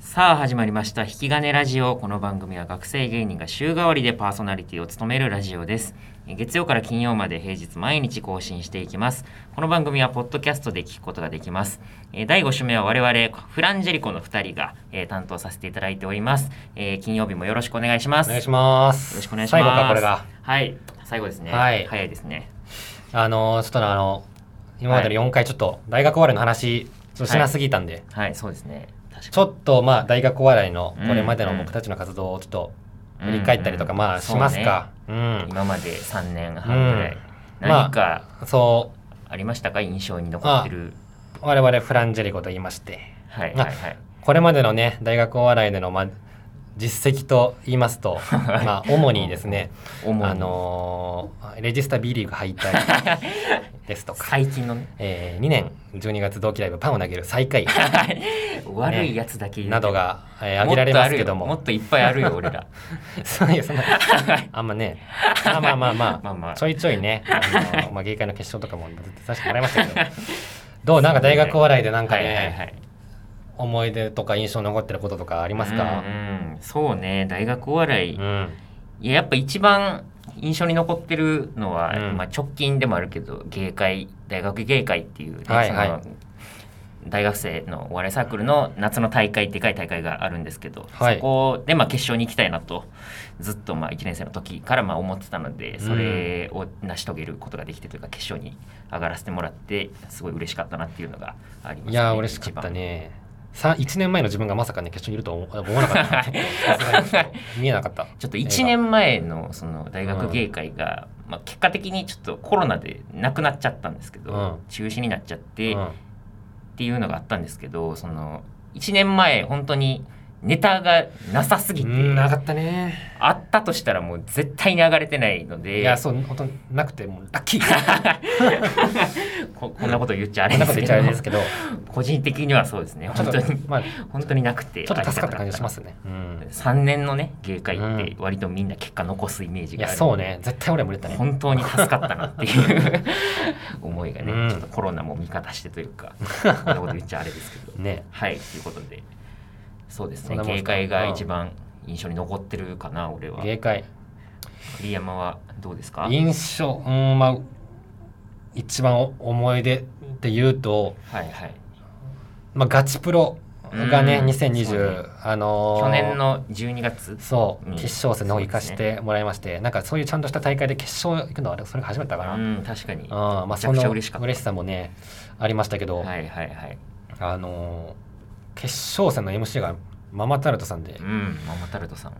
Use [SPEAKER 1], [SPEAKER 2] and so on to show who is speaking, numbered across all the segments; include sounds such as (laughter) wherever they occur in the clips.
[SPEAKER 1] さあ始まりました引き金ラジオこの番組は学生芸人が週替わりでパーソナリティを務めるラジオですえ月曜から金曜まで平日毎日更新していきますこの番組はポッドキャストで聞くことができますえー第5週目は我々フランジェリコの2人が、えー担当させていただいております、えー金曜日もよろしくお願いします
[SPEAKER 2] お願いし
[SPEAKER 1] よ
[SPEAKER 2] ます。
[SPEAKER 1] ろしくお願いします
[SPEAKER 2] 最後か、これが。
[SPEAKER 1] はい最後ですね、
[SPEAKER 2] はい
[SPEAKER 1] 早いですね
[SPEAKER 2] あのー、ちょっとねあの、今までの4回、ちょっと大学お笑いの話、ちょっとしなすぎたんで、
[SPEAKER 1] はいそうですね確
[SPEAKER 2] ちょっとまあ、大学お笑いの
[SPEAKER 1] うん
[SPEAKER 2] これまでの僕たちの活動をちょっと
[SPEAKER 1] うん
[SPEAKER 2] 振り返ったりとか、
[SPEAKER 1] うん
[SPEAKER 2] まあ、しますか。うん。
[SPEAKER 1] 今まで3年半ぐらい、
[SPEAKER 2] うん
[SPEAKER 1] 何か
[SPEAKER 2] そ
[SPEAKER 1] ありましたか印象に残ってる
[SPEAKER 2] う、我々フランジェリコと言いまして、
[SPEAKER 1] はい
[SPEAKER 2] あ
[SPEAKER 1] はいはい
[SPEAKER 2] これまでのね、大学お笑いでの、まあ、実績と言います
[SPEAKER 1] (laughs)
[SPEAKER 2] と、まあ、主にですね、
[SPEAKER 1] 主に
[SPEAKER 2] あのーレジスタ B リーグ敗退ですと
[SPEAKER 1] (laughs)
[SPEAKER 2] か、
[SPEAKER 1] 最近のね
[SPEAKER 2] え2年12月同期ライブパンを投げる最下位。
[SPEAKER 1] 悪いやつだけ言うけど
[SPEAKER 2] などが、えー挙げられますけども
[SPEAKER 1] もっとあるよもっといっぱいあるよ俺ら
[SPEAKER 2] そういうその (laughs) あんまねまあまあまあ (laughs) まあ
[SPEAKER 1] (laughs) まあまあ
[SPEAKER 2] ちょいちょいねあの、まあ、 (laughs) 芸会の決勝とかも出させてもらいましたけど
[SPEAKER 1] (laughs)
[SPEAKER 2] どうなんか大学お笑いでなんかね、
[SPEAKER 1] はいはいはい
[SPEAKER 2] 思い出とか印象に残ってることとかありますか
[SPEAKER 1] うんうんそうね大学お笑い、
[SPEAKER 2] うん、
[SPEAKER 1] いややっぱ一番印象に残ってるのは、
[SPEAKER 2] うん
[SPEAKER 1] まあ、直近でもあるけど芸会大学芸会っていうね、
[SPEAKER 2] はいはい
[SPEAKER 1] その大学生のお笑いサークルの夏の大会でかい大会があるんですけど、
[SPEAKER 2] はい
[SPEAKER 1] そこでまあ決勝に行きたいなとずっとまあ1年生の時からまあ思ってたのでそれを成し遂げることができてというか決勝に上がらせてもらってすごい嬉しかったなっていうのがあります、
[SPEAKER 2] いやー嬉しかったね1年前の自分がまさかね決勝にいると思思わなかった
[SPEAKER 1] (laughs)
[SPEAKER 2] さすがにちょっと見えなかった
[SPEAKER 1] ちょっと1年前のその大学芸会が、まあ、結果的にちょっとコロナでなくなっちゃったんですけど、
[SPEAKER 2] うん
[SPEAKER 1] 中止になっちゃって、
[SPEAKER 2] うん
[SPEAKER 1] っていうのがあったんですけどその1年前本当にネタがなさすぎて、
[SPEAKER 2] うんなかったね
[SPEAKER 1] あったとしたらもう絶対に上がれてないので
[SPEAKER 2] いやそう本当なくてもうラ
[SPEAKER 1] (laughs)
[SPEAKER 2] ッキー
[SPEAKER 1] ここんなこと言っちゃあ
[SPEAKER 2] こ
[SPEAKER 1] れ
[SPEAKER 2] ん
[SPEAKER 1] で
[SPEAKER 2] なこ
[SPEAKER 1] すけ
[SPEAKER 2] と言
[SPEAKER 1] ど
[SPEAKER 2] っちゃあれですけど
[SPEAKER 1] 個人的にはそうですね
[SPEAKER 2] ちょ
[SPEAKER 1] 本当
[SPEAKER 2] っと
[SPEAKER 1] に (laughs)
[SPEAKER 2] まあ
[SPEAKER 1] 本当になくて
[SPEAKER 2] ちょっと助かった感じしますね。うん、
[SPEAKER 1] 3年のね芸会って
[SPEAKER 2] う
[SPEAKER 1] 割とみんな結果残すイメージ
[SPEAKER 2] い
[SPEAKER 1] があ
[SPEAKER 2] や
[SPEAKER 1] る
[SPEAKER 2] そうね絶対俺も売れたね。
[SPEAKER 1] 本当に助かったなっていう思いがね、
[SPEAKER 2] うん
[SPEAKER 1] ちょっとコロナも味方してという
[SPEAKER 2] (laughs)
[SPEAKER 1] かこんなこと言っちゃあれですけど
[SPEAKER 2] ね
[SPEAKER 1] はいということでそうです
[SPEAKER 2] そん
[SPEAKER 1] ね
[SPEAKER 2] なもんす
[SPEAKER 1] 警
[SPEAKER 2] か
[SPEAKER 1] 戒が一番印象に残ってるかな俺は
[SPEAKER 2] 芸会
[SPEAKER 1] 栗山はどうですかはい
[SPEAKER 2] 印象うんまあ一番お思い出っていうと、
[SPEAKER 1] はい
[SPEAKER 2] まあ、ガチプロがね
[SPEAKER 1] うん
[SPEAKER 2] 2020、
[SPEAKER 1] そう
[SPEAKER 2] あのー
[SPEAKER 1] 去年の12月
[SPEAKER 2] そう
[SPEAKER 1] うん
[SPEAKER 2] 決勝戦の方行かしてもらいまして、なんかそういうちゃんとした大会で決勝行くのはあれそれが初めてだかな、
[SPEAKER 1] う
[SPEAKER 2] うん
[SPEAKER 1] ん確かには
[SPEAKER 2] まあ、
[SPEAKER 1] めちゃ
[SPEAKER 2] そ
[SPEAKER 1] くちゃ
[SPEAKER 2] の
[SPEAKER 1] 嬉しかった
[SPEAKER 2] 嬉しさもねありましたけど、
[SPEAKER 1] いはいはい
[SPEAKER 2] あのー決勝戦の MC がママタルトさんで
[SPEAKER 1] う、んママタルトさん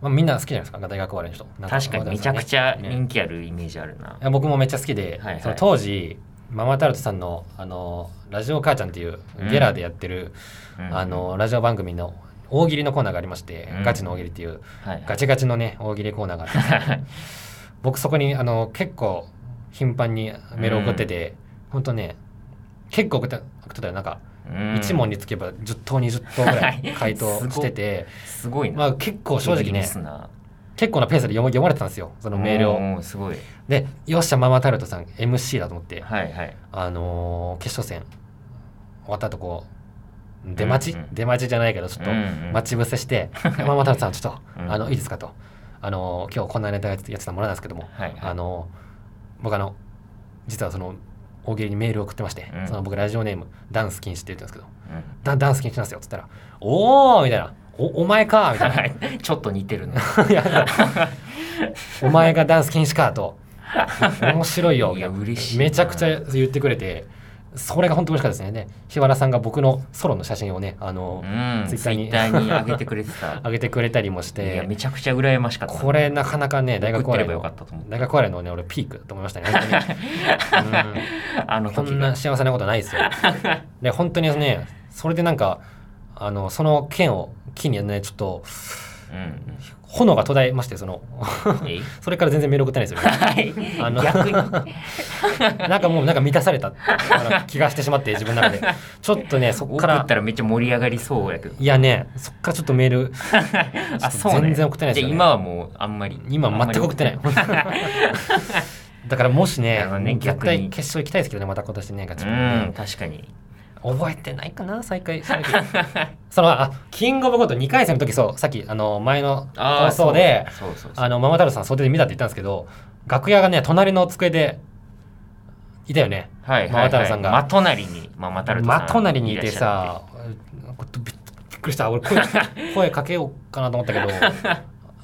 [SPEAKER 2] まあ、みんな好きじゃないですか大学お笑いの人なん
[SPEAKER 1] 確かにめちゃくちゃ
[SPEAKER 2] ね
[SPEAKER 1] 人気あるイメージあるない
[SPEAKER 2] や僕もめっちゃ好きで、
[SPEAKER 1] はいはい
[SPEAKER 2] その当時ママタルトさんの「あのラジオ母ちゃん」っていう
[SPEAKER 1] うん
[SPEAKER 2] ゲラでやってる、
[SPEAKER 1] うん
[SPEAKER 2] あのラジオ番組の大喜利のコーナーがありまして、
[SPEAKER 1] うん
[SPEAKER 2] ガチの大喜利っていう
[SPEAKER 1] はい
[SPEAKER 2] ガチガチのね大喜利コーナーがあって
[SPEAKER 1] (laughs)
[SPEAKER 2] 僕そこにあの結構頻繁にメール送ってて、ほんとね結構送って送ってたよなんか1問
[SPEAKER 1] に
[SPEAKER 2] につけば10答20答ぐらい回答してて、
[SPEAKER 1] すごいな
[SPEAKER 2] まあ結構正直
[SPEAKER 1] リ
[SPEAKER 2] ね
[SPEAKER 1] スナ
[SPEAKER 2] 結構なペースで読ま読まれてたんですよそ
[SPEAKER 1] ー
[SPEAKER 2] のメールを。
[SPEAKER 1] うんすごい
[SPEAKER 2] でよっしゃママタルトさん MC だと思って
[SPEAKER 1] はいはい
[SPEAKER 2] あのー決勝戦終わったとこう出待ち、
[SPEAKER 1] うんうん
[SPEAKER 2] 出待ちじゃないけどちょっと
[SPEAKER 1] うんうん
[SPEAKER 2] 待ち伏せ
[SPEAKER 1] (laughs)
[SPEAKER 2] して「ママタルトさんちょっと、
[SPEAKER 1] うん
[SPEAKER 2] あのいいですか?」と「あのー今日こんなネタやってやってたもらなんですけども、
[SPEAKER 1] はいはい
[SPEAKER 2] あのー僕あの実はその大喜利にメールを送ってまして、
[SPEAKER 1] うん
[SPEAKER 2] その僕ラジオネームダンス禁止って言ってるんですけど
[SPEAKER 1] うん
[SPEAKER 2] 「ダンダンス禁止なんですよ」っつったら「おお!」みたいな「おお前か!」みたい
[SPEAKER 1] (laughs)
[SPEAKER 2] な (laughs)
[SPEAKER 1] はいちょっと似てるね。
[SPEAKER 2] いや「お前がダンス禁止か」と「面白いよ」
[SPEAKER 1] いや嬉しいな
[SPEAKER 2] めちゃくちゃ言ってくれてそれが本当嬉しかったですねで日原さんが僕のソロの写真をねあ
[SPEAKER 1] う
[SPEAKER 2] の、
[SPEAKER 1] ん、ツイ
[SPEAKER 2] Twitter に
[SPEAKER 1] ッターに上げてくれて
[SPEAKER 2] (laughs)
[SPEAKER 1] た。
[SPEAKER 2] 上げてくれたりもし
[SPEAKER 1] いや、
[SPEAKER 2] て
[SPEAKER 1] めちゃくちゃ羨ましかった。
[SPEAKER 2] これなかなかね大学
[SPEAKER 1] 送っ
[SPEAKER 2] お
[SPEAKER 1] てれ
[SPEAKER 2] 笑い
[SPEAKER 1] ばよ
[SPEAKER 2] の
[SPEAKER 1] かったと思う。
[SPEAKER 2] 大学お笑いのね俺ピークだと思いましたね本
[SPEAKER 1] (laughs)
[SPEAKER 2] 当に、
[SPEAKER 1] あの
[SPEAKER 2] うん、こ
[SPEAKER 1] 時
[SPEAKER 2] ん
[SPEAKER 1] が
[SPEAKER 2] な。幸せなことないですよで本当にねそれでなんかあのその件を機にねちょっと
[SPEAKER 1] うん
[SPEAKER 2] 炎が途絶えましてその (laughs)
[SPEAKER 1] うん。えい
[SPEAKER 2] それから全然メール送ってないですよね
[SPEAKER 1] はい。
[SPEAKER 2] あの
[SPEAKER 1] 逆に。
[SPEAKER 2] なんかもうなんか満たされた気がしてしまって自分の中でちょっとねそっ
[SPEAKER 1] 送
[SPEAKER 2] か
[SPEAKER 1] っ
[SPEAKER 2] ら
[SPEAKER 1] たらめっちゃ盛り上がりそうやけど。
[SPEAKER 2] いやねそっからちょっとメール
[SPEAKER 1] あ、そうね。
[SPEAKER 2] 全然送ってないですよね
[SPEAKER 1] じゃあ今はもうあんまり。
[SPEAKER 2] 今全く送ってない
[SPEAKER 1] あんまり送ってない。
[SPEAKER 2] (laughs) だからもしね
[SPEAKER 1] なるほどね
[SPEAKER 2] 絶
[SPEAKER 1] 逆に
[SPEAKER 2] 対決勝行きたいですけどねまた今年ねガチプロ
[SPEAKER 1] うん、
[SPEAKER 2] ね
[SPEAKER 1] 確かに。
[SPEAKER 2] 覚えてないかな再開そのあキングオブコント2回戦の時そうさっきあの前の
[SPEAKER 1] あー
[SPEAKER 2] 放送で
[SPEAKER 1] そうそうそうそう
[SPEAKER 2] あのママ太郎さん袖で見たって言ったんですけど楽屋がね隣の机でいたよね
[SPEAKER 1] はいはい、はい、
[SPEAKER 2] ママタルさんが
[SPEAKER 1] マトナリに、まあ、マタルトさん
[SPEAKER 2] 真隣にいてさびっびっくりした俺声声かけようかなと思ったけど
[SPEAKER 1] (laughs)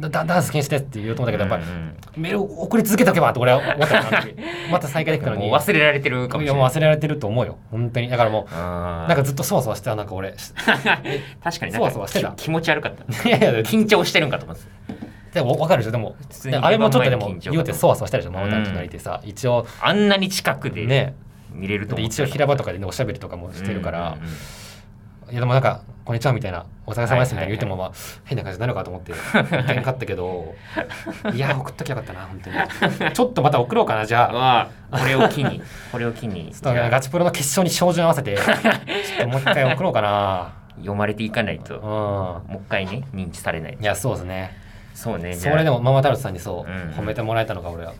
[SPEAKER 2] だだダンス禁止ですって言おうと思ったけどやっぱ
[SPEAKER 1] うんうん
[SPEAKER 2] メールを送り続けとけばって俺は思
[SPEAKER 1] (laughs)
[SPEAKER 2] ったからあの時また再開できたのに
[SPEAKER 1] もう忘れられてるかも
[SPEAKER 2] い
[SPEAKER 1] し
[SPEAKER 2] や
[SPEAKER 1] れ
[SPEAKER 2] もう
[SPEAKER 1] ない
[SPEAKER 2] 忘れられてると思うよ本当にだからもう
[SPEAKER 1] な
[SPEAKER 2] (laughs) なんかずっとそわそわしてたなんか俺 (laughs)
[SPEAKER 1] (laughs) 確かになんか
[SPEAKER 2] そわそわしてた
[SPEAKER 1] き気持ち悪
[SPEAKER 2] (laughs)
[SPEAKER 1] かった
[SPEAKER 2] いやいやで
[SPEAKER 1] 緊張してるんかと思って
[SPEAKER 2] も分かるでしょでも
[SPEAKER 1] 通に
[SPEAKER 2] あれもちょっとでも
[SPEAKER 1] 緊張感
[SPEAKER 2] 言うてそわそわしたでしょママタルと隣でさ、一応
[SPEAKER 1] たあんなに近くで
[SPEAKER 2] ね
[SPEAKER 1] 見れると
[SPEAKER 2] で
[SPEAKER 1] 思って
[SPEAKER 2] 一応平場とかでねおしゃべりとかもしてるから、
[SPEAKER 1] うんうんうん
[SPEAKER 2] いやでもなんか「こんにちは」みたいな「お疲れ様です」みたいな言うても
[SPEAKER 1] は
[SPEAKER 2] まあ変な感じになるかと思って言えんかった
[SPEAKER 1] (laughs)
[SPEAKER 2] けどいや送っときゃよかったな本当にちょっとまた送ろうかなじゃあ
[SPEAKER 1] はこれを機
[SPEAKER 2] (laughs)
[SPEAKER 1] にこれを機に
[SPEAKER 2] ちょっとガチプロの決勝に照準合わ
[SPEAKER 1] (laughs)
[SPEAKER 2] せてちょっともう一回送ろうかな
[SPEAKER 1] 読まれていかないとも
[SPEAKER 2] う
[SPEAKER 1] う一回ね認知されない
[SPEAKER 2] んいやそうですね
[SPEAKER 1] そうね
[SPEAKER 2] それで
[SPEAKER 1] も
[SPEAKER 2] もママタルトさんにそ
[SPEAKER 1] う
[SPEAKER 2] う、
[SPEAKER 1] ん
[SPEAKER 2] 褒めてもらえたのが俺は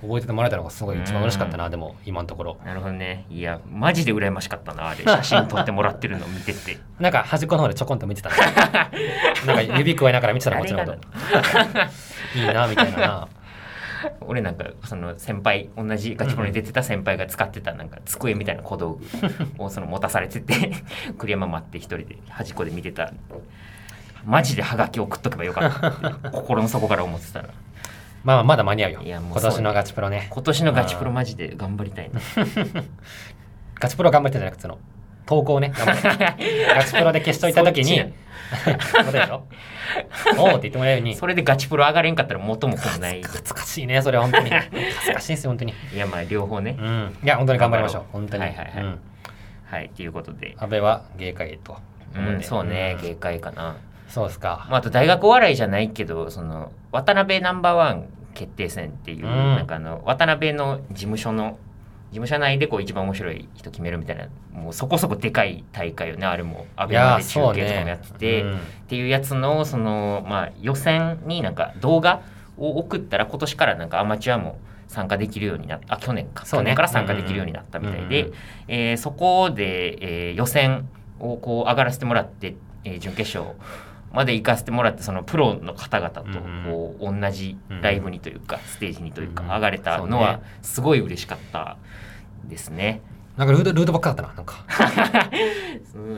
[SPEAKER 2] 覚えててもらえたのがすごい一番嬉しかったな、
[SPEAKER 1] う
[SPEAKER 2] でも今のところ
[SPEAKER 1] なるほどねいやマジで羨ましかったなあれ写真撮ってもらってるの見てて
[SPEAKER 2] なんか端っこの方でちょこんと
[SPEAKER 1] (laughs)
[SPEAKER 2] 見てたなんか指くわえながら見てたのこっちの
[SPEAKER 1] あ
[SPEAKER 2] こ
[SPEAKER 1] れ
[SPEAKER 2] と (laughs) いいなみたいなな
[SPEAKER 1] 俺なんかその先輩同じガチプロに出てた先輩が使ってたなんか机みたいな小道具をその持たされてて (laughs) 栗山待って一人で端っこで見てたマジでハガキ送っとけばよかったって心の底から思ってたら
[SPEAKER 2] まあまあまだ間に合うよ
[SPEAKER 1] いやもう
[SPEAKER 2] 今年のガチプロね
[SPEAKER 1] 今年のガチプロマジで頑張りたい
[SPEAKER 2] (laughs)
[SPEAKER 1] な
[SPEAKER 2] ガチプロ頑張ってんじゃなくてその投稿ね頑張
[SPEAKER 1] (laughs)
[SPEAKER 2] ってガチプロで消しといた
[SPEAKER 1] そ
[SPEAKER 2] 時
[SPEAKER 1] っち
[SPEAKER 2] に
[SPEAKER 1] や
[SPEAKER 2] (laughs) そうでしょおおって言ってもらえるように
[SPEAKER 1] それでガチプロ上がれんかったら元も子もない
[SPEAKER 2] 恥ずかしいねそれは本当に恥ずかしいですよ本当に
[SPEAKER 1] いやまあ両方ね、
[SPEAKER 2] うんいや本当に頑張りましょう本当に
[SPEAKER 1] はいはいはい
[SPEAKER 2] うん
[SPEAKER 1] はいということで、
[SPEAKER 2] 安倍は芸会へと
[SPEAKER 1] う
[SPEAKER 2] 思っ
[SPEAKER 1] ん、
[SPEAKER 2] て
[SPEAKER 1] そうね
[SPEAKER 2] ん
[SPEAKER 1] 芸会かな、
[SPEAKER 2] そうですか
[SPEAKER 1] まあ、あと大学お笑いじゃないけどその渡辺ナンバーワン決定戦っていう、
[SPEAKER 2] うん
[SPEAKER 1] なんかあの渡辺の事務所の事務所内でこう一番面白い人決めるみたいなもうそこそこでかい大会よねあれもア
[SPEAKER 2] い
[SPEAKER 1] ベマ
[SPEAKER 2] や
[SPEAKER 1] で中継と
[SPEAKER 2] そ
[SPEAKER 1] か
[SPEAKER 2] う
[SPEAKER 1] も
[SPEAKER 2] ね
[SPEAKER 1] やってて、
[SPEAKER 2] うん
[SPEAKER 1] っていうやつのその、まあ、予選になんか動画を送ったら今年からなんかアマチュアも参加できるようになったあ去年か、
[SPEAKER 2] そう
[SPEAKER 1] 去
[SPEAKER 2] ね
[SPEAKER 1] 年から参加できるようになったみたいで、
[SPEAKER 2] うんうん
[SPEAKER 1] えーそこで、えー予選をこう上がらせてもらって、えー準決勝まで行かせてもらってそのプロの方々とこう、同じライブにというか、ステージにというか、
[SPEAKER 2] うん
[SPEAKER 1] 上がれたの
[SPEAKER 2] そ
[SPEAKER 1] は
[SPEAKER 2] う
[SPEAKER 1] すごい嬉しかったですね。
[SPEAKER 2] なんかルートルートばっかだったななん
[SPEAKER 1] (laughs)
[SPEAKER 2] か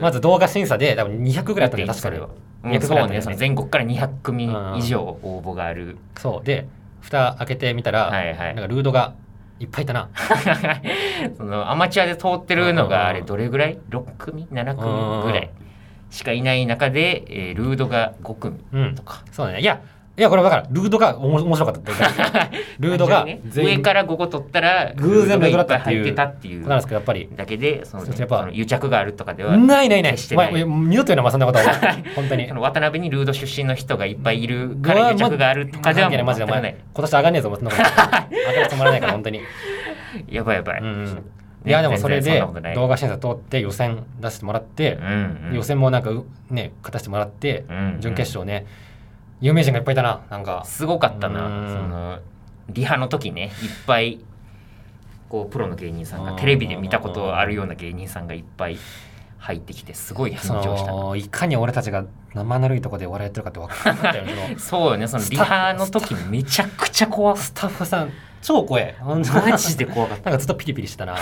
[SPEAKER 2] まず動画審査で多分200ぐらいあったね確かに
[SPEAKER 1] は。う
[SPEAKER 2] 200
[SPEAKER 1] ん
[SPEAKER 2] ぐ
[SPEAKER 1] そ
[SPEAKER 2] らいうあったよね
[SPEAKER 1] ね、その全国から200組以上応募がある
[SPEAKER 2] そうで蓋開けてみたら、
[SPEAKER 1] はいはい
[SPEAKER 2] なんかルードがいっぱいいたな
[SPEAKER 1] (laughs) そのアマチュアで通ってるの
[SPEAKER 2] うん
[SPEAKER 1] があれどれぐらい ?6 組 ?7 組ぐらいしかいない中で、えールードが5組
[SPEAKER 2] うん
[SPEAKER 1] とか。
[SPEAKER 2] そうだねいやいやこれだからルードがおも面白かったってい
[SPEAKER 1] (laughs)
[SPEAKER 2] うかルードが
[SPEAKER 1] 単純にね
[SPEAKER 2] 全
[SPEAKER 1] 上
[SPEAKER 2] 員
[SPEAKER 1] から5個取ったら
[SPEAKER 2] 偶然
[SPEAKER 1] ルード
[SPEAKER 2] ルード
[SPEAKER 1] が
[SPEAKER 2] だ
[SPEAKER 1] いっ
[SPEAKER 2] っ
[SPEAKER 1] ぱ
[SPEAKER 2] た
[SPEAKER 1] い
[SPEAKER 2] っていう
[SPEAKER 1] 入ってたっていう
[SPEAKER 2] なんですけどやっぱり
[SPEAKER 1] だけでその,、
[SPEAKER 2] そうです
[SPEAKER 1] そ
[SPEAKER 2] やっぱ
[SPEAKER 1] の癒着があるとかでは
[SPEAKER 2] ないないない
[SPEAKER 1] 決してない
[SPEAKER 2] お前もう二度と言うのはそんなことは
[SPEAKER 1] (laughs)
[SPEAKER 2] 本当に
[SPEAKER 1] その渡辺にルード出身の人がいっぱいいるから癒着があるとかではもう
[SPEAKER 2] 関係ないマ
[SPEAKER 1] 全く
[SPEAKER 2] ジでお
[SPEAKER 1] ない
[SPEAKER 2] 前今年上がんねえぞもうそんな
[SPEAKER 1] (laughs)
[SPEAKER 2] こと上がるつもらないから本当に
[SPEAKER 1] やばいやばい、
[SPEAKER 2] うんうんい
[SPEAKER 1] ね
[SPEAKER 2] やでもそれ
[SPEAKER 1] 全然
[SPEAKER 2] で
[SPEAKER 1] んなことない
[SPEAKER 2] 動画審査通って予選出してもらって
[SPEAKER 1] うんうん
[SPEAKER 2] 予選もなんかうね勝たせてもらって
[SPEAKER 1] うんうん
[SPEAKER 2] 準決勝ね有名人がいっぱいいたななんか
[SPEAKER 1] すごかったな
[SPEAKER 2] うん
[SPEAKER 1] そのリハの時ねいっぱいこうプロの芸人さんが
[SPEAKER 2] うん
[SPEAKER 1] テレビで見たことあるような芸人さんがいっぱい入ってきてすごい
[SPEAKER 2] そ
[SPEAKER 1] 緊張したな
[SPEAKER 2] のいかに俺たちが生ぬるいとこで笑えてるかって分かっ
[SPEAKER 1] (laughs)
[SPEAKER 2] たよねその
[SPEAKER 1] そうよねその
[SPEAKER 2] ス
[SPEAKER 1] リ
[SPEAKER 2] タ
[SPEAKER 1] ハの時めちゃくちゃ怖かっ
[SPEAKER 2] スタッフさん超怖えマ
[SPEAKER 1] た (laughs) マジで怖かっ
[SPEAKER 2] なんかずっとピリピリしてたな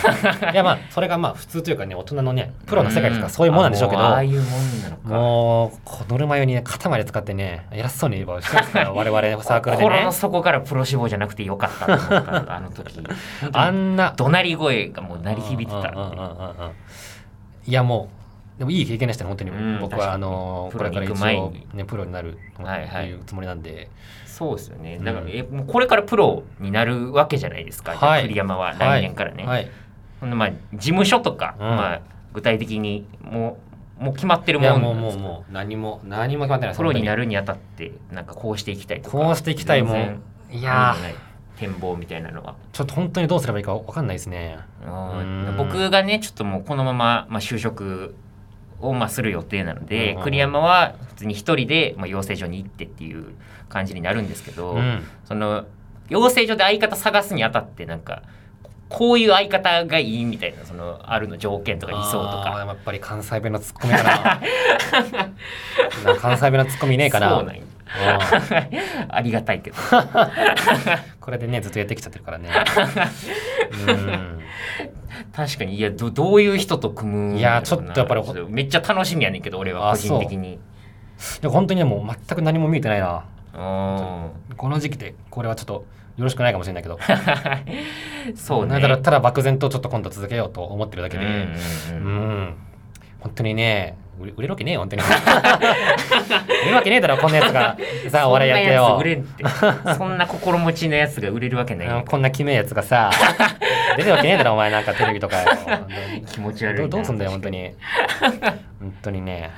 [SPEAKER 2] いやまあそれがまあ普通というかね大人のねプロの世界と
[SPEAKER 1] う
[SPEAKER 2] かそういうもんなんでしょうけど
[SPEAKER 1] あもああいうもんなのか
[SPEAKER 2] もうこうノルマ用にね肩まで使ってね偉そうに言えばしてますから我々サークルで
[SPEAKER 1] 心
[SPEAKER 2] ね
[SPEAKER 1] の底からプロ志望じゃなくてよかったと思ったあの時
[SPEAKER 2] あんな
[SPEAKER 1] 怒鳴り声がもう鳴り響いてた
[SPEAKER 2] うんうん
[SPEAKER 1] っ
[SPEAKER 2] うんうんうんいやもうでもいい経験でしたね本当に、
[SPEAKER 1] うん確
[SPEAKER 2] 僕
[SPEAKER 1] かに
[SPEAKER 2] はあの
[SPEAKER 1] プ
[SPEAKER 2] こ
[SPEAKER 1] ロに
[SPEAKER 2] れから
[SPEAKER 1] 行
[SPEAKER 2] 一
[SPEAKER 1] く前に
[SPEAKER 2] 応、ね、プロになると
[SPEAKER 1] はいはい
[SPEAKER 2] いうつもりなんで、
[SPEAKER 1] てそうですよね
[SPEAKER 2] うん
[SPEAKER 1] だから、えもうこれからプロになるわけじゃないですか、
[SPEAKER 2] はい
[SPEAKER 1] 栗山は
[SPEAKER 2] は
[SPEAKER 1] 来
[SPEAKER 2] い
[SPEAKER 1] 年からね、
[SPEAKER 2] はい
[SPEAKER 1] ほんでまあ事務所とか、
[SPEAKER 2] うん
[SPEAKER 1] まあ、具体的にもうもう決まってる
[SPEAKER 2] いや
[SPEAKER 1] もんな
[SPEAKER 2] もう
[SPEAKER 1] ん
[SPEAKER 2] も
[SPEAKER 1] です
[SPEAKER 2] う
[SPEAKER 1] か
[SPEAKER 2] もう何も何も決まってない
[SPEAKER 1] プロにな
[SPEAKER 2] る
[SPEAKER 1] るにあたってなんかこうしていきたいとか
[SPEAKER 2] こうしていきたいも
[SPEAKER 1] 全
[SPEAKER 2] んい
[SPEAKER 1] 然
[SPEAKER 2] や
[SPEAKER 1] ない展望みたいなのは、
[SPEAKER 2] ーちょっと本当にどうすればいいか分かんないですね
[SPEAKER 1] うん
[SPEAKER 2] うん
[SPEAKER 1] 僕がねちょっともうこのまま、まあ、就職をまあする予定なので、
[SPEAKER 2] うん
[SPEAKER 1] 栗山は普通に一人で、まあ、養成所に行ってっていう感じになるんですけど、
[SPEAKER 2] うん
[SPEAKER 1] その養成所で相方探すにあたってなんかこういう相方がいいみたいなそのあるの条件とか理想と
[SPEAKER 2] あ
[SPEAKER 1] か
[SPEAKER 2] ーやっぱり関西弁のツッコミかな (laughs) な関西弁のツッコミねえかな
[SPEAKER 1] そうなんや (laughs)
[SPEAKER 2] うん
[SPEAKER 1] ありがたいけど
[SPEAKER 2] これでねずっとやってきちゃってるからねうん
[SPEAKER 1] 確かにいやどどういう人と組むんろうない
[SPEAKER 2] やちょっとやっぱり
[SPEAKER 1] ちょめっちゃ楽しみやねんけど俺は
[SPEAKER 2] あ
[SPEAKER 1] 個人的に
[SPEAKER 2] でも本当にねもう全く何も見えてないな
[SPEAKER 1] うん
[SPEAKER 2] この時期でこれはちょっとよろしくないかもしれないけど
[SPEAKER 1] (laughs) そうね
[SPEAKER 2] だからただ漠然とちょっと今度続けようと思ってるだけ
[SPEAKER 1] うん
[SPEAKER 2] で
[SPEAKER 1] うん
[SPEAKER 2] うん、
[SPEAKER 1] うん
[SPEAKER 2] 本当にね売れ売れるわけねえよ本当に売れるわけねえだろこんなやつがさあお笑いやってよ
[SPEAKER 1] (laughs) そんなやつ
[SPEAKER 2] (laughs)
[SPEAKER 1] 売れんってそんな心持ちのやつが売れるわけない
[SPEAKER 2] あの
[SPEAKER 1] よ
[SPEAKER 2] こんなキメえやつ
[SPEAKER 1] (laughs)
[SPEAKER 2] がさ出てるわけねえだろお前なんかテレビとかよ
[SPEAKER 1] 気持ち悪い
[SPEAKER 2] ど
[SPEAKER 1] な
[SPEAKER 2] どうすんだよ本当に本当にね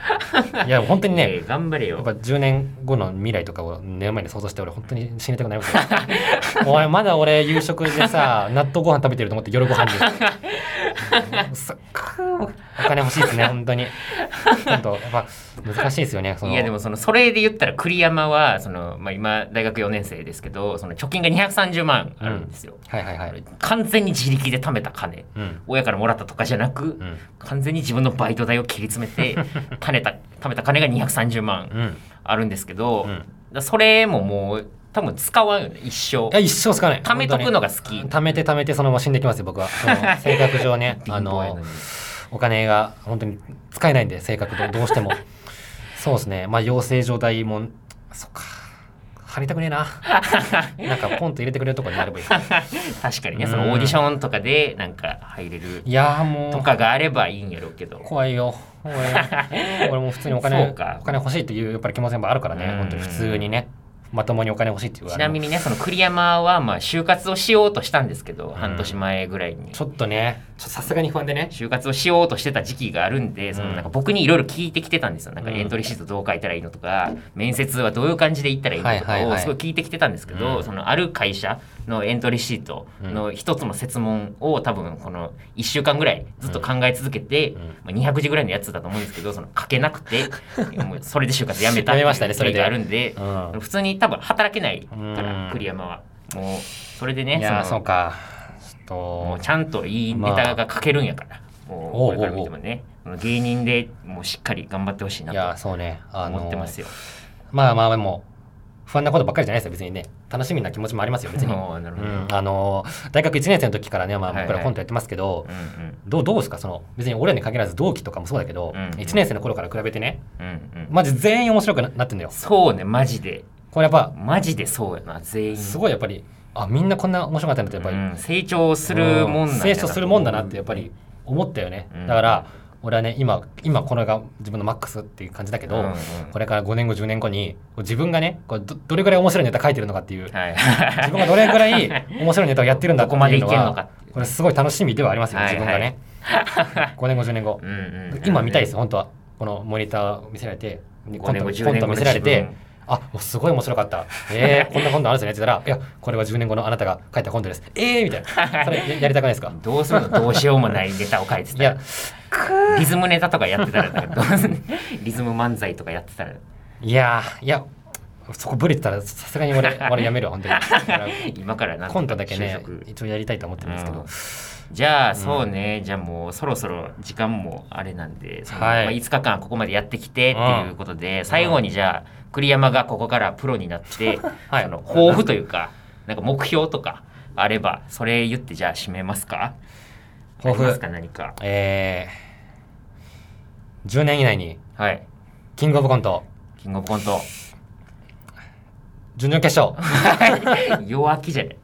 [SPEAKER 2] いや本当に
[SPEAKER 1] いや
[SPEAKER 2] ね
[SPEAKER 1] 頑張れ
[SPEAKER 2] やっ
[SPEAKER 1] よ
[SPEAKER 2] ぱ10年後の未来とかを目の前に想像して俺本当に死にたくなりますよ (laughs) お前まだ俺夕食でさ
[SPEAKER 1] (laughs)
[SPEAKER 2] 納豆ご飯食べてると思って夜ご飯で
[SPEAKER 1] (laughs)
[SPEAKER 2] そっかお金欲しいですね本当に本当やっぱ難しいですよねその
[SPEAKER 1] いやでもそのそれで言ったら栗山はその、まあ、今大学4年生ですけどその貯金が230万あるんですよ、
[SPEAKER 2] はいはいはい
[SPEAKER 1] 完全に自力で貯めた金
[SPEAKER 2] うん
[SPEAKER 1] 親からもらったとかじゃなく、
[SPEAKER 2] うん
[SPEAKER 1] 完全に自分のバイト代を切り詰め
[SPEAKER 2] (laughs)
[SPEAKER 1] て貯めた貯めた金が230
[SPEAKER 2] う
[SPEAKER 1] 万
[SPEAKER 2] ん
[SPEAKER 1] あるんですけど、
[SPEAKER 2] う
[SPEAKER 1] だ
[SPEAKER 2] ん
[SPEAKER 1] からそれももう多分使わんよね一
[SPEAKER 2] いや
[SPEAKER 1] 生
[SPEAKER 2] 一生つかない
[SPEAKER 1] 貯めとくのが好き
[SPEAKER 2] 本当に貯めて貯めてそのまま死んできますよ僕はその性格上ねあ
[SPEAKER 1] (laughs) 貧乏や
[SPEAKER 2] の
[SPEAKER 1] のに
[SPEAKER 2] お金が本当に使えないんで性格どどうして
[SPEAKER 1] (laughs)
[SPEAKER 2] もそうですねまあ養成所代もそっか入りたく
[SPEAKER 1] (laughs)
[SPEAKER 2] ねえななんかポンと入れてくれるとこになればいい
[SPEAKER 1] 確かにね
[SPEAKER 2] うん
[SPEAKER 1] そのオーディションとかでなんか入れる
[SPEAKER 2] いやーも
[SPEAKER 1] と
[SPEAKER 2] う
[SPEAKER 1] かがあればいいんやろうけど
[SPEAKER 2] 怖いよ俺俺も普通にお
[SPEAKER 1] そ
[SPEAKER 2] 金
[SPEAKER 1] うか
[SPEAKER 2] お金欲しいっていうやっぱり気持ちもあるからね
[SPEAKER 1] うん
[SPEAKER 2] 本当に普通にねまともにお金欲しいっていう
[SPEAKER 1] ちなみにねその栗山はまあ就活をしようとしたんですけど、半年前ぐらいに
[SPEAKER 2] ちょっとねちょっとさすがに不安でね
[SPEAKER 1] 就活をしようとしてた時期があるんで、その
[SPEAKER 2] うん
[SPEAKER 1] なんか僕にいろいろ聞いてきてたんですよ。なんか
[SPEAKER 2] うん
[SPEAKER 1] エントリーシートどう書いたらいいのとか、面接はどういう感じで行ったらいいのと
[SPEAKER 2] はい
[SPEAKER 1] か
[SPEAKER 2] はいは
[SPEAKER 1] を
[SPEAKER 2] い
[SPEAKER 1] すごい聞いてきてたんですけど、
[SPEAKER 2] うん
[SPEAKER 1] そのある会社のエントリーシートの一つの設問を多分この1週間ぐらいずっと考え続けて、まあ200字ぐらいのやつだと思うんですけど、その書けなく
[SPEAKER 2] (laughs)
[SPEAKER 1] て、もうそれで就活やめたってい
[SPEAKER 2] やめ
[SPEAKER 1] う
[SPEAKER 2] ましたねそ
[SPEAKER 1] 経
[SPEAKER 2] れ
[SPEAKER 1] 緯
[SPEAKER 2] で
[SPEAKER 1] があるんで、
[SPEAKER 2] うん
[SPEAKER 1] 普通に多分働けないから、
[SPEAKER 2] うん
[SPEAKER 1] 栗山は。もうそれでね
[SPEAKER 2] いやー
[SPEAKER 1] の
[SPEAKER 2] そうかちょっと
[SPEAKER 1] もうちゃんといいネタが書けるんやから、もう
[SPEAKER 2] おうおうおう
[SPEAKER 1] これから見てもね芸人でもうしっかり頑張ってほしい
[SPEAKER 2] いや
[SPEAKER 1] な
[SPEAKER 2] ーそうね
[SPEAKER 1] と
[SPEAKER 2] あのー
[SPEAKER 1] 思ってますよ。
[SPEAKER 2] まあまあでも不安なことばっかりじゃないですよ別にね楽しみな気持ちもありますよ別
[SPEAKER 1] (laughs)
[SPEAKER 2] に、
[SPEAKER 1] おーなる
[SPEAKER 2] う
[SPEAKER 1] ほど
[SPEAKER 2] んあのー大学1年生の時からね、まあ、
[SPEAKER 1] はいはい
[SPEAKER 2] 僕らコントやってますけど、
[SPEAKER 1] うん
[SPEAKER 2] どうどうですかその別に俺らに限らず同期とかもそうだけど、
[SPEAKER 1] うんうん
[SPEAKER 2] 1年生の頃から比べてね
[SPEAKER 1] うんうんうん
[SPEAKER 2] マジ全員面白くななってんだよ
[SPEAKER 1] そうねマジで
[SPEAKER 2] これやっぱ
[SPEAKER 1] マジでそうやな全員
[SPEAKER 2] すごいやっぱりあみんなこんな面白かったんだってやっぱり、
[SPEAKER 1] うん成長するもん
[SPEAKER 2] う
[SPEAKER 1] なんん
[SPEAKER 2] 成長するもんだなってやっぱり思ったよね、
[SPEAKER 1] うん
[SPEAKER 2] だから俺はね今今これが自分のマックスっていう感じだけど、
[SPEAKER 1] うんうん
[SPEAKER 2] これから5年後10年後にこう自分がねこうどどれぐらい面白いネタ書いてるのかっていう
[SPEAKER 1] はい (laughs)
[SPEAKER 2] 自分がどれぐらい面白いネタをやってるんだっていうの
[SPEAKER 1] どこま
[SPEAKER 2] は
[SPEAKER 1] でいけるの (laughs) かっていう
[SPEAKER 2] これすごい楽しみではありますよね
[SPEAKER 1] はい
[SPEAKER 2] 自分がね、5年後10年後、 (laughs)
[SPEAKER 1] うんうんうん
[SPEAKER 2] 今見たいです本当はこのモニターを見せられてコ
[SPEAKER 1] 5
[SPEAKER 2] ン
[SPEAKER 1] 年後
[SPEAKER 2] トコ
[SPEAKER 1] 10
[SPEAKER 2] ン
[SPEAKER 1] 年後の
[SPEAKER 2] ト見せられ
[SPEAKER 1] 自
[SPEAKER 2] て
[SPEAKER 1] 分
[SPEAKER 2] あすごい面白かった
[SPEAKER 1] (laughs)
[SPEAKER 2] えー、こんなコントあるんですねって言ったら「いやこれは10年後のあなたが書いたコントですえー」みたい
[SPEAKER 1] (laughs)
[SPEAKER 2] なそれややりたくないですか
[SPEAKER 1] どうするのどうしようもないネタを書いて
[SPEAKER 2] い
[SPEAKER 1] た
[SPEAKER 2] や
[SPEAKER 1] らリズムネタとかやってたらどうす
[SPEAKER 2] (laughs)
[SPEAKER 1] るリズム漫才とかやってたら
[SPEAKER 2] いやいやそこブレてたらさすがに
[SPEAKER 1] (laughs)
[SPEAKER 2] 俺俺やめるわ本当にだから
[SPEAKER 1] 今からなんとか
[SPEAKER 2] コントだけね
[SPEAKER 1] 就職
[SPEAKER 2] 一応やりたいと思ってるんですけど、
[SPEAKER 1] じゃあそうね、じゃあもうそろそろ時間もあれなんで、その
[SPEAKER 2] はい
[SPEAKER 1] まあ、5日間ここまでやってきてっていうことで、最後にじゃあ栗山がここからプロになって、
[SPEAKER 2] はい
[SPEAKER 1] その抱負というかなんか目標とかあればそれ言ってじゃあ締めますか
[SPEAKER 2] 抱負
[SPEAKER 1] ありますか何か
[SPEAKER 2] えー、10年以内に
[SPEAKER 1] はい
[SPEAKER 2] キングオブコント
[SPEAKER 1] キングオブコント
[SPEAKER 2] 準々決勝
[SPEAKER 1] 弱気じゃない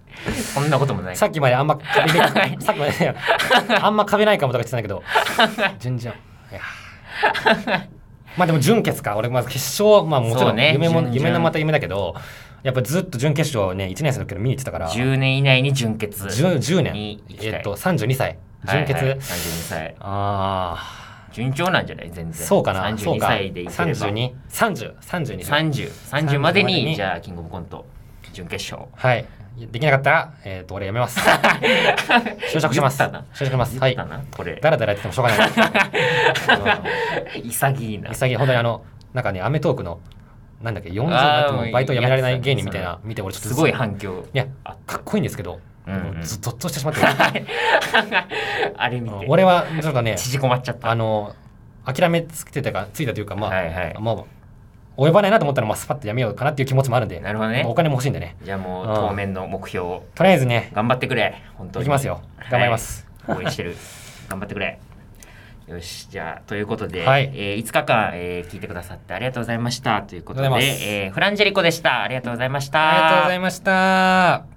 [SPEAKER 1] そんなこともない
[SPEAKER 2] さっきまであんま壁ない、さっきまでね、あんま壁ないかもとか言ってたんだ
[SPEAKER 1] (laughs)
[SPEAKER 2] けど、準々。いやーまあでも準決か、俺まず決勝は、まあもち
[SPEAKER 1] そ
[SPEAKER 2] ろ
[SPEAKER 1] うんね
[SPEAKER 2] 夢も、
[SPEAKER 1] 準々
[SPEAKER 2] 夢のまた夢だけど、やっぱずっと準決勝をね、1年生の時から見に行ってたから、10,
[SPEAKER 1] 10年以内に純潔
[SPEAKER 2] 10
[SPEAKER 1] に
[SPEAKER 2] 年、
[SPEAKER 1] 行きたい
[SPEAKER 2] えっと、32歳、準決。
[SPEAKER 1] はいはい、32歳
[SPEAKER 2] ああ、
[SPEAKER 1] 順調なんじゃない全然
[SPEAKER 2] そうかな、そう
[SPEAKER 1] 32
[SPEAKER 2] か、
[SPEAKER 1] 歳でいければ
[SPEAKER 2] 32、30、32歳。
[SPEAKER 1] 3030まで
[SPEAKER 2] 30まで
[SPEAKER 1] に
[SPEAKER 2] に
[SPEAKER 1] じゃあキングオブコント準決勝
[SPEAKER 2] はい。できなかったら、えっ、と、俺や
[SPEAKER 1] (laughs)
[SPEAKER 2] めます。就職します。
[SPEAKER 1] 言ったな
[SPEAKER 2] 就職します。
[SPEAKER 1] 言
[SPEAKER 2] は
[SPEAKER 1] っ
[SPEAKER 2] い
[SPEAKER 1] た。なこれ
[SPEAKER 2] だらだらやっててもしょう
[SPEAKER 1] (laughs)
[SPEAKER 2] がない。
[SPEAKER 1] 潔いな
[SPEAKER 2] 潔い本当にあのなんかねアメトークのなんだっけ40
[SPEAKER 1] あ
[SPEAKER 2] に
[SPEAKER 1] ー
[SPEAKER 2] なってもバイト辞められない芸人みたい
[SPEAKER 1] やつ
[SPEAKER 2] な見て俺ちょっと
[SPEAKER 1] すごい反響
[SPEAKER 2] いや
[SPEAKER 1] あ
[SPEAKER 2] かっこいいんですけど
[SPEAKER 1] うんうん
[SPEAKER 2] ずっとゾッとしてし
[SPEAKER 1] (laughs)
[SPEAKER 2] まって
[SPEAKER 1] あれ見
[SPEAKER 2] うん
[SPEAKER 1] て
[SPEAKER 2] 俺はちょっとね
[SPEAKER 1] 縮こまっちゃった
[SPEAKER 2] あの諦めつけてたかついたというかまあ、
[SPEAKER 1] はいはい
[SPEAKER 2] まあ及ばないなと思ったら、まあ、スパッとやめようかなっていう気持ちもあるんで
[SPEAKER 1] なるほどね
[SPEAKER 2] お金も欲しいんでね
[SPEAKER 1] じゃあもう
[SPEAKER 2] うん
[SPEAKER 1] 当面の目標を
[SPEAKER 2] とりあえずね
[SPEAKER 1] 頑張ってくれ本当
[SPEAKER 2] い
[SPEAKER 1] に
[SPEAKER 2] きますよ頑張ります、
[SPEAKER 1] 応援してる頑張ってくれよしじゃあということで、
[SPEAKER 2] はい
[SPEAKER 1] えー5日間、えー聞いてくださってありがとうございましたということで
[SPEAKER 2] ありがとうございます
[SPEAKER 1] えーフランジェリコでしたありがとうございました
[SPEAKER 2] ありがとうございました